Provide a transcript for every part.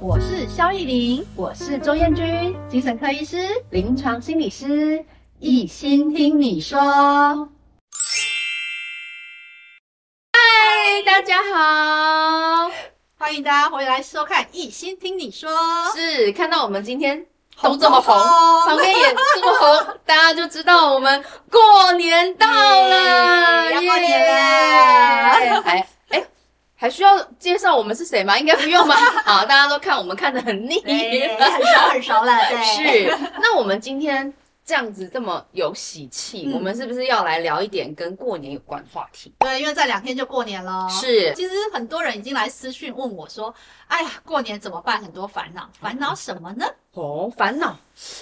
我是肖艺玲，我是周燕君，精神科医师、临床心理师，一心听你说。嗨，大家好，欢迎大家回来收看《一心听你说》，是看到我们今天都红这么红，红旁边也这么红，大家就知道我们过年到了，耶要过年了耶还哎，还需要介绍我们是谁吗？应该不 用吧？好，大家都看我们看得很腻。对哎很熟很熟 了，对，是，那我们今天这样子这么有喜气，嗯我们是不是要来聊一点跟过年有关话题？对，因为再两天就过年了。是其实很多人已经来私讯问我说：“哎呀，过年怎么办？很多烦嗯恼，烦恼什么呢哦，烦恼。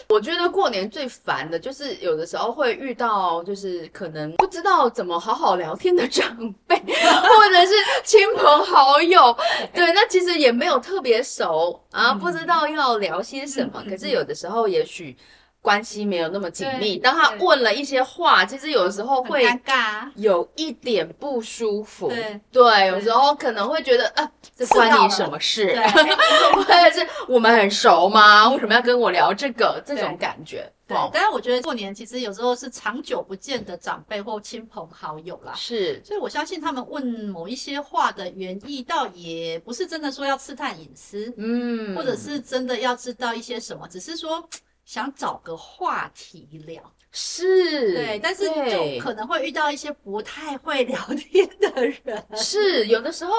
我觉得过年最烦的就是有的时候会遇到，就是可能不知道怎么好好聊天的长辈， 或者是亲朋好友。对，那其实也没有特别熟啊，嗯不知道要聊些什么。嗯嗯可是有的时候也许关系没有那么紧密，对当他对问了一些话，其实有的时？”候很会尴尬，有一点不舒服。对对，有时候可能会觉得，啊，这关你什么事？对， 或者是我们很熟吗？为什么要跟我聊这个？这种感觉，对哦。但是我觉得过年其实有时候是长久不见的长辈或亲朋好友啦，是所以我相信他们问某一些话的原意，倒也不是真的说要刺探隐私，嗯，或者是真的要知道一些什么，只是说想找个话题聊。是，对，但是对就可能会遇到一些不太会聊天的人。是有的时候，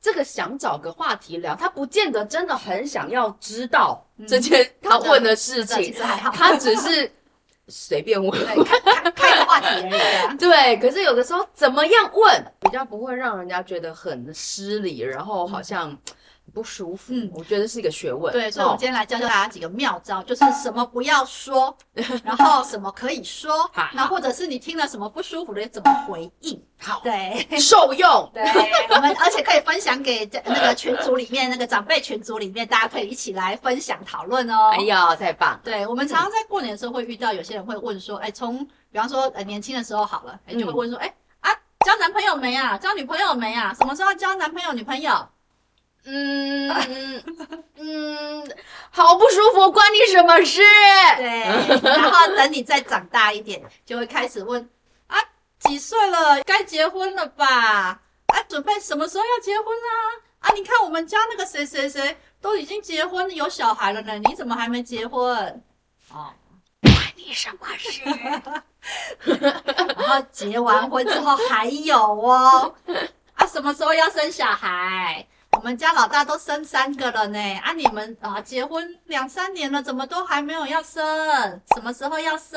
这个想找个话题聊，他不见得真的很想要知道嗯 这件他问的事这其情，实还好，他只是随便问 对，开开开个话题而已啊。对，可是有的时候怎么样问，比较不会让人家觉得很失礼，然后好像不舒服。嗯我觉得是一个学问。哦对，所以我们今天来教教大家几个妙招，就是什么不要说，然后什么可以说好，那或者是你听了什么不舒服的怎么回应。好对。天受用。对，我们而且可以分享给这那个群组里面那个长辈群组里面，大家可以一起来分享讨论哦。哎呀，太棒！对，我们常常在过年的时候会遇到有些人会问说，哎，从比方说呃年轻的时候好了，哎嗯就会问说，哎啊交男朋友没啊？交女朋友没啊？什么时候要交男朋友女朋友？嗯嗯，好不舒服，关你什么事？对，然后等你再长大一点，就会开始问啊几岁了？该结婚了吧？啊准备什么时候要结婚啊？啊你看我们家那个谁谁谁都已经结婚有小孩了呢，你怎么还没结婚？哦。关你什么事？然后结完婚之后还有哦，啊，什么时候要生小孩？我们家老大都生三个了呢，啊，你们啊结婚两三年了，怎么都还没有要生？什么时候要生？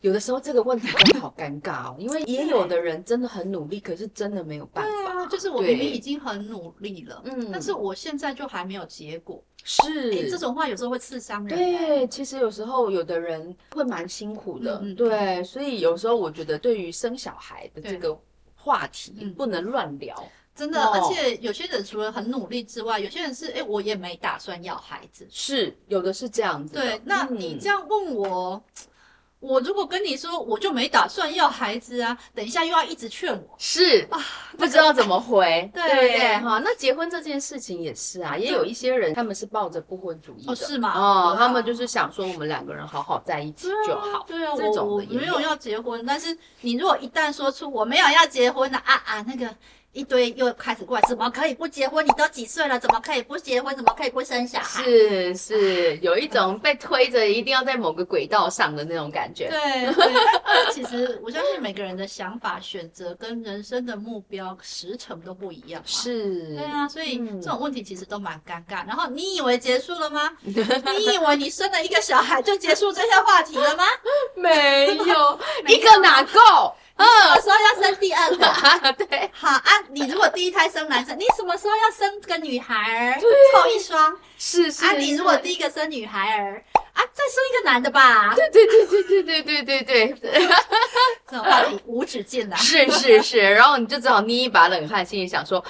有的时候这个问题真的好尴尬哦，因为也有的人真的很努力，可是真的没有办对法。啊，就是我对明明已经很努力了，嗯但是我现在就还没有结果。是哎、这种话有时候会刺伤人。啊对，其实有时候有的人会蛮辛苦的，嗯嗯对，所以有时候我觉得对于生小孩的这个话题嗯不能乱聊，真的，哦而且有些人除了很努力之外，有些人是哎、我也没打算要孩子，是有的是这样子的。对，那你嗯这样问我，我如果跟你说我就没打算要孩子啊，等一下又要一直劝我，是不知道怎么回， 对嗯对不对？哈，那结婚这件事情也是啊，也有一些人他们是抱着不婚主义的，哦是吗哦，对啊他们就是想说我们两个人好好在一起就好，对啊，这我种我的也没有要结婚，但是你如果一旦说出我没有要结婚的啊啊，那个一堆又开始过来，怎么可以不结婚？你都几岁了，怎么可以不结婚？怎么可以不生小孩？是是有一种被推着一定要在某个轨道上的那种感觉，对，对但其实我相信每个人的想法、选择跟人生的目标、时程都不一样嘛。是，对啊，所以嗯这种问题其实都蛮尴尬。然后你以为结束了 吗？你以为你生了一个小孩就结束这些话题了吗？没有 没一有个哪够？什么时候要生第二个？ 对，好啊，你如果第一胎生男生，你什么时候要生个女孩儿凑一双？是是。啊，你是如果第一个生女孩儿，啊，再生一个男的吧。对对对对对对对对对，这种话题无止 境啊。是是是，然后你就只好捏一把冷汗，心里想说，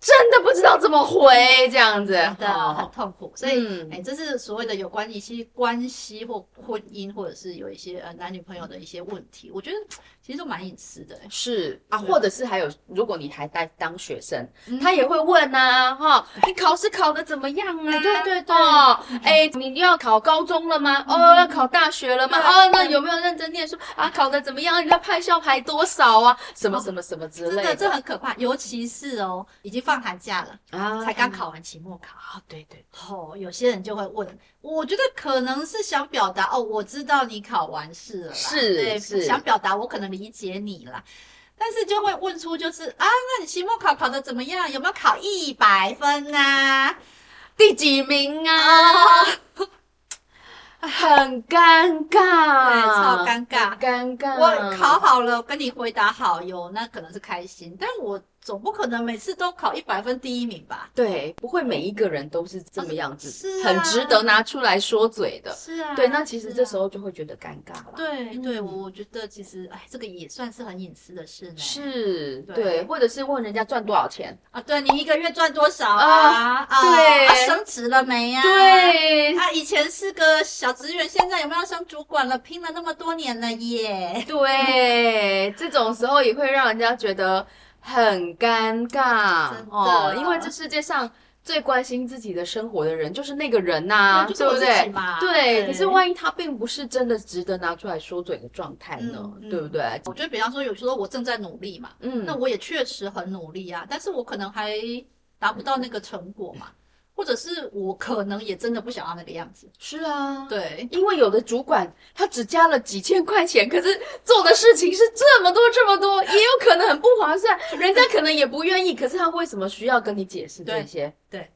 真的不知道怎么回这样子，真的很哦痛苦，所以嗯哎、这是所谓的有关一些关系或婚姻，或者是有一些呃男女朋友的一些问题。我觉得其其实都蛮隐私的、欸。是啊，对或者是还有，如果你还在当学生，嗯他也会问呐、啊，哈，你考试考得怎么样啊？哎对对对哦，哎，你要考高中了吗？哦，要考大学了吗？对啊哦，那有没有认真念书啊？考得怎么样？你的派校排多少啊？什么哦什么什么之真类的，这的很可怕，尤其是哦，已经放寒假了，啊才刚考完期末考。啊，对对，哦，有些人就会问，我觉得可能是想表达哦，我知道你考完试了啦，是对，是想表达我可能理解你啦，但是就会问出就是啊，那你期末考考的怎么样？有没有考一百分啊呐、第几名啊？ 很尴尬，对，超尴尬。尴尬，我考好了，跟你回答好有，那可能是开心，但我总不可能每次都考一百分第一名吧？对，不会每一个人都是这么样子，是啊很值得拿出来说嘴的。是啊，对，那其实这时候。候就会觉得尴尬了。对嗯对，我我觉得其实哎，这个也算是很隐私的事呢。是，对对，或者是问人家赚多少钱，啊，对你一个月赚多少啊？啊对啊升职了没呀、啊？。对，啊，以前是个小职员，现在有没有升主管了？拼了那么多年了耶！对，这种时候也会让人家觉得很尴尬真的哦，因为这世界上最关心自己的生活的人就是那个人呐、 就是对我不自己啊对？嘛。对，可是万一他并不是真的值得拿出来说嘴的状态呢，嗯嗯对不对？我觉得，比方说，有时候我正在努力嘛，嗯，那我也确实很努力啊，但是我可能还达不到那个成果嘛，或者是我可能也真的不想要那个样子。是啊，对，因为有的主管他只加了几千块钱，可是做的事情是这么多这么 多，也有可能很不划算，人家可能也不愿意。可是他为什么需要跟你解释这些？对， 对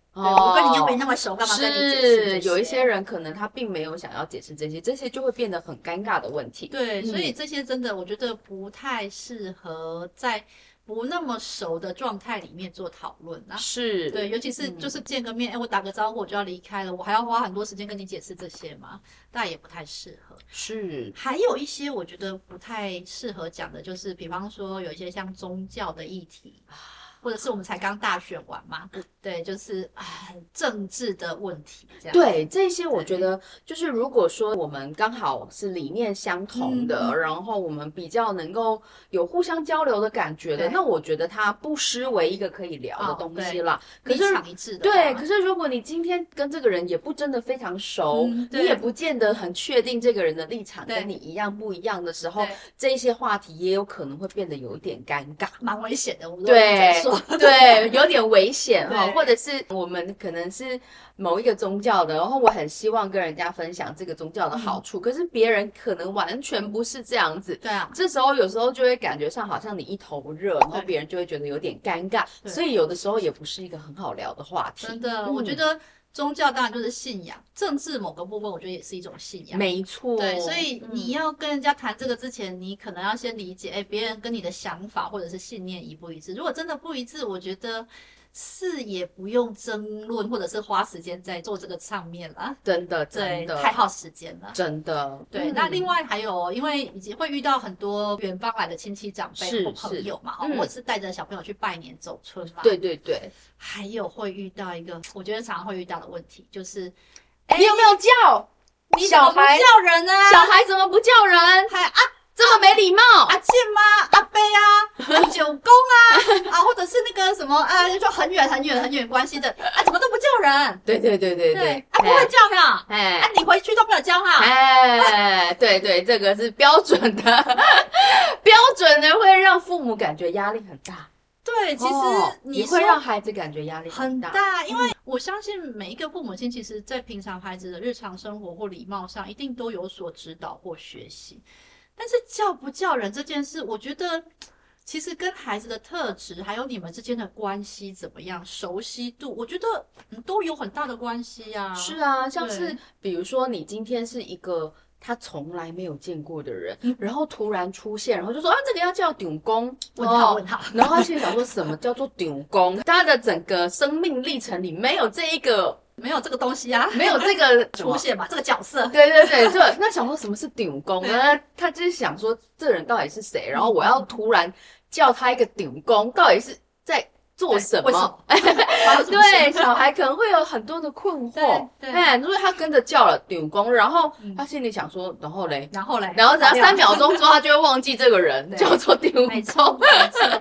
我哦跟你又没那么熟，干嘛跟你解释这是些？有一些人可能他并没有想要解释这些，这些就会变得很尴尬的问题。对，所嗯以这些真的我觉得不太适合在不那么熟的状态里面做讨论啊。是，对，尤其是嗯就是见个面，哎、我打个招呼我就要离开了，我还要花很多时间跟你解释这些嘛，那也不太适合。是，还有一些我觉得不太适合讲的，就是比方说有一些像宗教的议题，或者是我们才刚大选完嘛，嗯对，就是啊政治的问题这样。对这些，我嗯觉得就是如果说我们刚好是理念相同的，嗯然后我们比较能够有互相交流的感觉对的，那我觉得它不失为一个可以聊的哦东对西啦。可立是场一致的对，话可是如果你今天跟这个人也不真的非常熟，嗯你对也不见得很确定这个人的立场对跟你一样不一样的时候对，这一些话题也有可能会变得有一点尴尬。蛮危险的，我都在对说。 对，有点危险哈，对或者是我们可能是某一个宗教的，然后我很希望跟人家分享这个宗教的好嗯处，可是别人可能完全不是这样子。对啊，这时候有时候就会感觉上好像你一头热，然后对别人就会觉得有点尴尬，对所以有的时候也不是一个很好聊的话题。真的，我觉嗯得宗教当然就是信仰，政治某个部分我觉得也是一种信仰。没错，对，所以你嗯、要跟人家谈这个之前，你可能要先理解，哎，别人跟你的想法或者是信念一不一致。如果真的不一致，我觉得是也不用争论，或者是花时间在做这个上面啦。真的真对，的太耗时间了。真的对，嗯那另外还有，哦因为已经会遇到很多远方来的亲戚长辈是或朋友嘛，是嗯哦，或者是带着小朋友去拜年走春嘛，对对对，还有会遇到一个，我觉得常常会遇到的问题，就是你有没有叫哎你怎小么不孩？叫人啊？小孩怎么不叫人？还啊这么没礼貌！阿健吗？阿贝啊，啊九公 啊啊，或者是那个什么啊，就很远很远很远关系的啊，怎么都不叫人？对对对对对，啊不会叫哈，啊哎你回去都没有叫啊哈，哎，对对，这个是标准的， 标准的会让父母感觉压力很大。对，其实哦你也说会让孩子感觉压力很大。嗯大，因为我相信每一个父母亲，其实在平常孩子的日常生活或礼貌上，一定都有所指导或学习。但是叫不叫人这件事，我觉得其实跟孩子的特质，还有你们之间的关系怎么样、熟悉度，我觉得嗯都有很大的关系呀、是啊，像对是比如说你今天是一个他从来没有见过的人，嗯然后突然出现，然后就说啊，这个要叫顶公，问号哦问号。然后他心里想说什么叫做顶公？ 他的整个生命历程里没有这一个，没有这个东西啊，没有这个出现嘛，这个角色。 对对对，就那想说什么是顶公，对然后他就是想说这人到底是谁，然后我要突然叫他一个顶公，到底是在做什为什么？么？发生什么事 对，小孩可能会有很多的困惑。对对哎，如果他跟着叫了女工，然后嗯他心里想说，然后嘞，然后嘞，然后只要没有三秒钟之后，他就会忘记这个人，对叫做第五没错，宫。没错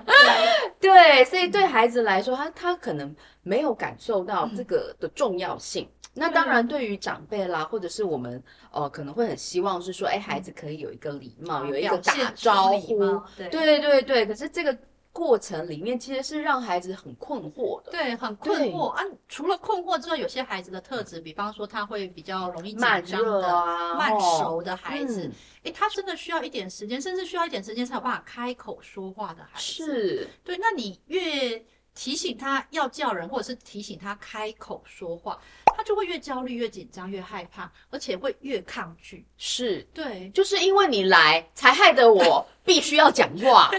对对，所以对孩子来说，他他可能没有感受到嗯这个的重要性。那当然，对于长辈啦，或者是我们呃，可能会很希望是说，哎，孩子可以有一个礼貌，哦有一个啊表打现出招礼呼。貌，对对对对，可是这个过程里面其实是让孩子很困惑的，对，很困对惑啊。除了困惑之外，有些孩子的特质，比方说他会比较容易紧慢张热的、啊，慢吼熟的孩子，嗯诶，他真的需要一点时间，甚至需要一点时间才有办法开口说话的孩子。是，对，那你越提醒他要叫人，或者是提醒他开口说话，他就会越焦虑、越紧张、越害怕，而且会越抗拒。是，对，就是因为你来，才害得 我必须要讲话。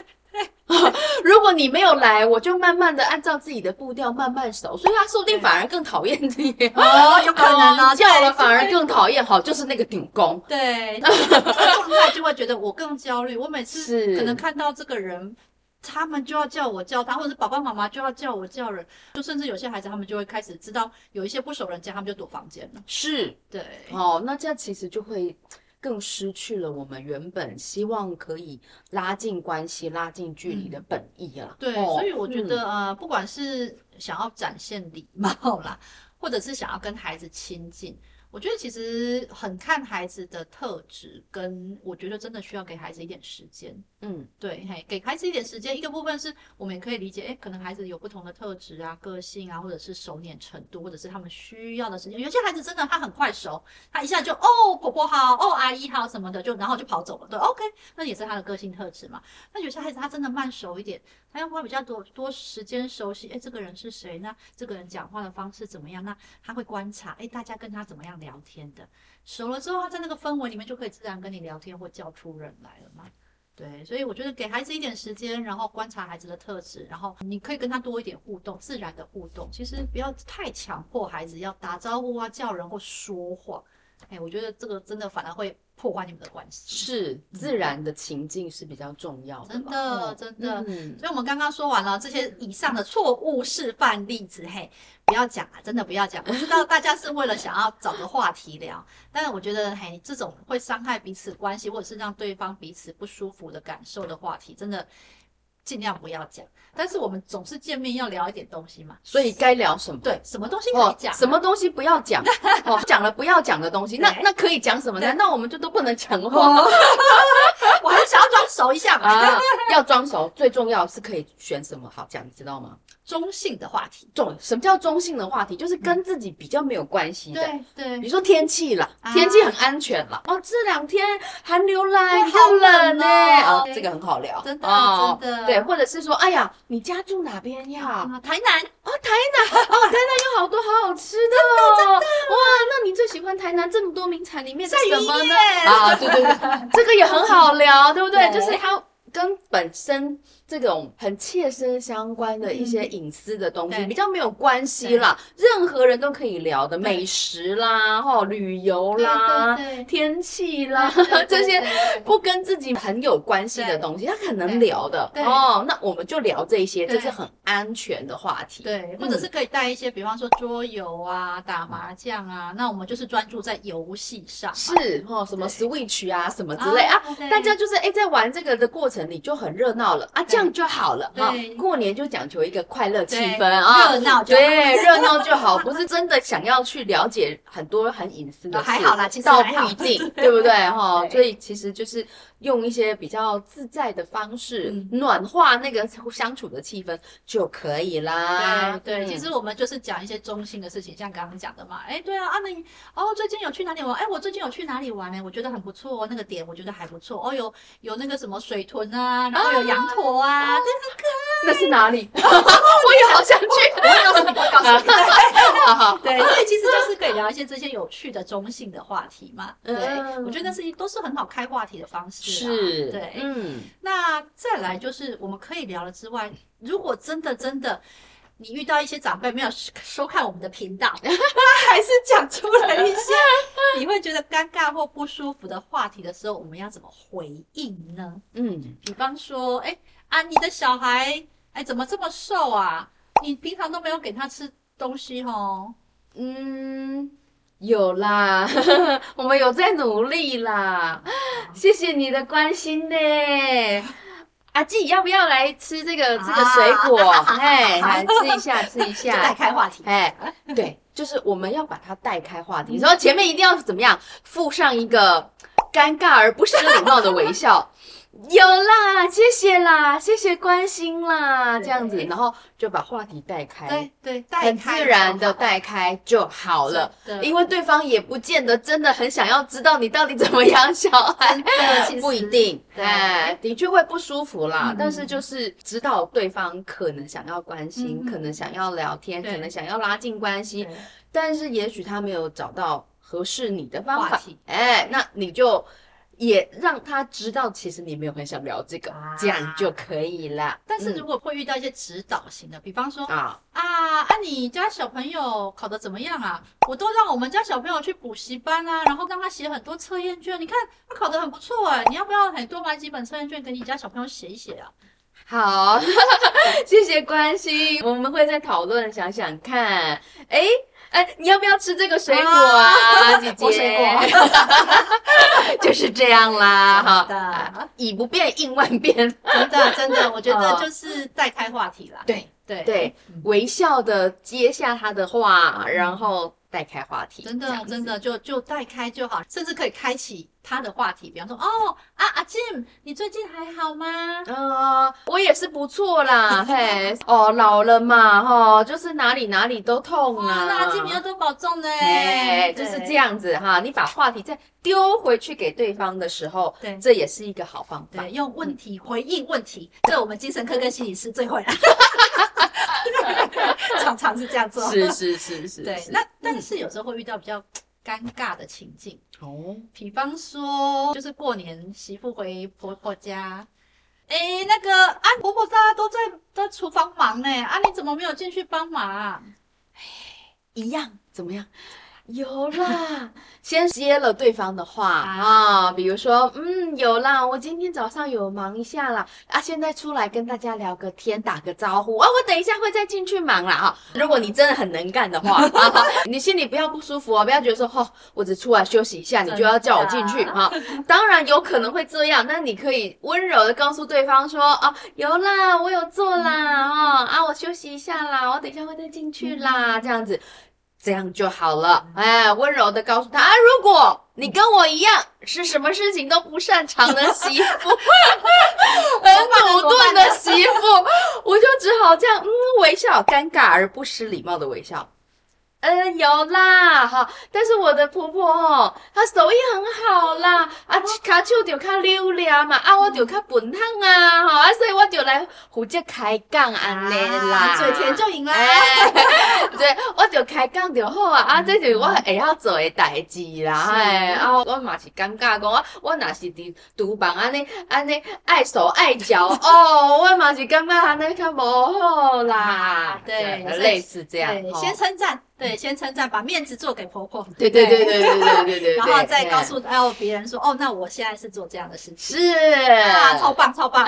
如果你没有来，我就慢慢的按照自己的步调慢慢熟，所以他说不定反而更讨厌你。 哦，有可能哦，叫了对反而对更讨厌。好，就是那个顶功。 对，那个状态就会觉得我更焦虑。我每次是可能看到这个人，他们就要叫我叫他，或者是爸爸妈妈就要叫我叫人，就甚至有些孩子他们就会开始知道有一些不熟人家，他们就躲房间了。是，对，哦，那这样其实就会更失去了我们原本希望可以拉近关系、拉近距离的本意啊。对，哦所以我觉嗯得、呃，不管是想要展现礼貌啦， 或者是想要跟孩子亲近，我觉得其实很看孩子的特质，跟我觉得真的需要给孩子一点时间。嗯，对，嘿，给孩子一点时间。一个部分是我们也可以理解，哎，可能孩子有不同的特质啊、个性啊，或者是熟稔程度，或者是他们需要的时间。有些孩子真的他很快熟，他一下就哦婆婆好，哦阿姨好什么的，就然后就跑走了。对，OK，那也是他的个性特质嘛。那有些孩子他真的慢熟一点，他要花比较多多时间熟悉，哎，这个人是谁？那这个人讲话的方式怎么样？那他会观察，哎，大家跟他怎么样聊天的。熟了之后，他在那个氛围里面就可以自然跟你聊天或叫出人来了嘛。对，所以我觉得给孩子一点时间，然后观察孩子的特质，然后你可以跟他多一点互动，自然的互动。其实不要太强迫孩子要打招呼啊、叫人或说话。哎，我觉得这个真的反而会破坏你们的关系。是自然的情境是比较重要的真吧。的，哦真的。嗯所以我们刚刚说完了这些以上的错误示范例子，嘿，不要讲啊，真的不要讲。我知道大家是为了想要找个话题聊，但是我觉得，嘿，这种会伤害彼此关系，或者是让对方彼此不舒服的感受的话题，真的尽量不要讲。但是我们总是见面要聊一点东西嘛，所以该聊什么？对，什么东西可以哦，讲？啊什么东西不要讲？ 哦，讲了不要讲的东西，那对那可以讲什么？对哦难道我们就都不能讲话我我还是想要装熟一下嘛，啊？要装熟，最重要是可以选什么好讲，你知道吗？中性的话题。中什么叫中性的话题？就是跟自己比较没有关系的。对对比如说天气啦啊，天气很安全啦。哦，这两天寒流来，对比较冷呢、好冷哦哦，这个很好聊，真的哦真的对，或者是说，哎呀，你家住哪边呀？啊，台南哦，台南，哦， 台南有好多好好吃的哦，哇，那你最喜欢台南这么多名产里面的下雨什么音 呢？乐啊，对对对，这个也很好聊，对不对？对就是它跟本身这种很切身相关的一些隐私的东西嗯对比较没有关系啦，任何人都可以聊的，对美食啦，吼，旅游对啦，对天气对 啦对对，这对些。对不跟自己很有关系的东西，他很能聊的对哦。那我们就聊这些，对这是很安全的话题。对，或者嗯是可以带一些，比方说桌游啊、打麻将啊，那我们就是专注在游戏上嘛是哦，什么对哦 Switch 啊，什么之类啊。，对大家就是哎，在玩这个的过程里就很热闹了啊，这样就好了哈对。过年就讲求一个快乐气对氛啊，热闹就好对，热闹就好，不是真的想要去了解很多很隐私的事。还好啦，其实倒还不好一， 定，对不对哈？对所以其实就是用一些比较自在的方式嗯暖化那个相处的气氛就可以啦。对对，嗯其实我们就是讲一些中性的事情，像刚刚讲的嘛，哎，对啊，啊，那你哦，最近有去哪里玩？哎，我最近有去哪里玩呢？我觉得很不错哦，那个点我觉得还不错哦，有有那个什么水豚啊，然后有羊驼啊，哦那是哪 里？我 也好想去。对，我告诉你，我告诉你，好好对，所以其实就是可以聊一些这些有趣的中性的话题嘛。对，嗯我觉得那是一都是很好开话题的方式、啊。是，对。嗯。那再来就是我们可以聊了之外，如果真的真的。你遇到一些长辈没有收看我们的频 道，他还是讲出了一些你会觉得尴尬或不舒服的话题的时候，我们要怎么回应呢？嗯，比方说，哎、啊，你的小孩，哎、怎么这么瘦啊？你平常都没有给他吃东西哦。嗯，有啦， 我们有在努力啦，谢谢你的关心呢。阿季要不要来吃这个这个水果？哎、来吃一下，吃一啊 就带下。开话题， 哎，对，就是我们要把它带开话嗯题，然后前面一定要怎么样，附上一个尴尬而不失礼貌的 微笑。有啦，谢谢啦，谢谢关心啦，这样子，对然后就把话题带开。对对，带很开自然就好的带开就好了，，真的因为对方也不见得真的很想要知道你到底怎么养小孩，对呃其实呃不一定，对哎，的确会不舒服啦。嗯但是就是知道对方可能想要关心，嗯可能想要聊天，对可能想要拉近关系，对但是也许他没有找到合适你的方话法题，哎，那你就。也让他知道，其实你没有很想聊这个，啊这样就可以啦。但是嗯如果会遇到一些指导型的，比方说啊，啊啊，你家小朋友考得怎么样啊？我都让我们家小朋友去补习班啊，然后让他写很多测验卷。你看他考得很不错哎、你要不要很多买几本测验卷给你家小朋友写一写啊？好， 谢谢关心，我们会再讨论，想想看。哎哎，你要不要吃这个水果啊，姐姐？剥水果， 就是这样啦，哈。真的以不变应万变，真的真的，我觉得哦就是带开话题啦。对对对，微笑的接下他的话，然后带开话题，真这的样子真。的就就带开就好，甚至可以开启他的话题，比方说哦啊阿 Jim，你最近还好吗？啊、我也是不错啦，嘿，哦，老了嘛，哈、就是哪里哪里都痛哇，啊。那阿 Jim 你要多保重呢。哎，对就是这。样子哈。你把话题再丢回去给对方的时候，对这也是一个好方法对，。用问题回应问题，这我们精神科跟心理师最会 了，常常是这样做。是是是是，对是，嗯那但是有时候会遇到比较尴尬的情境，哦，比方说就是过年媳妇回婆婆家。哎，那个啊，婆婆大家都在在厨房忙呢，啊，你怎么没有进去帮忙、啊？一样怎么样？有啦， 先接了对方的话啊啊，比如说，嗯，有啦，我今天早上有忙一下啦，啊，现在出来跟大家聊个天，打个招呼啊，我等一下会再进去忙啦啊。如果你真的很能干的话，啊、你心里不要不舒服哦，不要觉得说，哦，我只出来休息一下，你就要叫我进去真啊。当然有可能会这样，但你可以温柔的告诉对方说，啊，有啦，我有做啦，哦，啊，我休息一下啦，我等一下会再进去啦，嗯这样子。这样就好了。哎，温柔的告诉他啊，如果你跟我一样是什么事情都不擅长的媳 妇，怎么很努办钝呢的媳妇，我就只好这样，嗯，微笑，尴尬而不失礼貌的微笑。嗯，有啦，哈，但是我的婆婆哦，她手艺很好啦，啊，哦卡手就较溜俩嘛，啊，我就较笨汤啊，哈，啊，所以我就来负责开讲安尼啊啦，嘴甜就赢啦。哎， 对，我就开讲就好啊，啊，这就是我会晓做的代志啦，是哎，啊，我嘛是尴尬讲，我我若是伫厨房安尼安尼碍手碍脚， 哦，我嘛是感觉安尼较无好啦啊，对这样类似这样，对，吼先称赞，对，先称赞，把面子做给婆婆，对对对对对对对对，然后再对告诉哦别人说，哦，那我现在是做这样的事情，是啊，超棒超棒，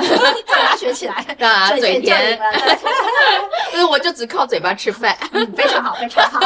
大家学 起来，啊嘴就赢甜，了，对所以我就只靠嘴巴吃 饭，嗯非常好非常好。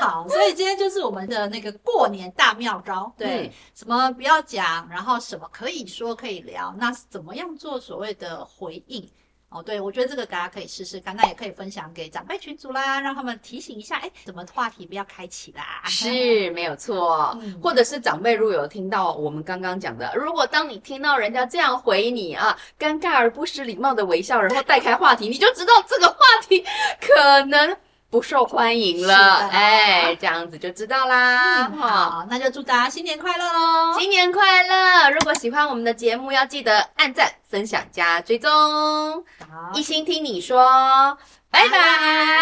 好，所以今天就是我们的那个过年大妙招，对，嗯什么不要讲，然后什么可以说可以聊，那怎么样做所谓的回应？哦，对，我觉得这个大家可以试试看，那也可以分享给长辈群组啦，让他们提醒一下，哎，怎么话题不要开启啦？是没有错。嗯或者是长辈如果有听到我们刚刚讲的，如果当你听到人家这样回你啊，尴尬而不失礼貌的微笑，然后带开话题，你就知道这个话题可能不受欢迎是了。的嗯哎，这样子就知道啦。哈、好，那就祝大家新年快乐喽！新年快乐！如果喜欢我们的节目，要记得按赞、分享加追踪，好一心听你说，拜拜。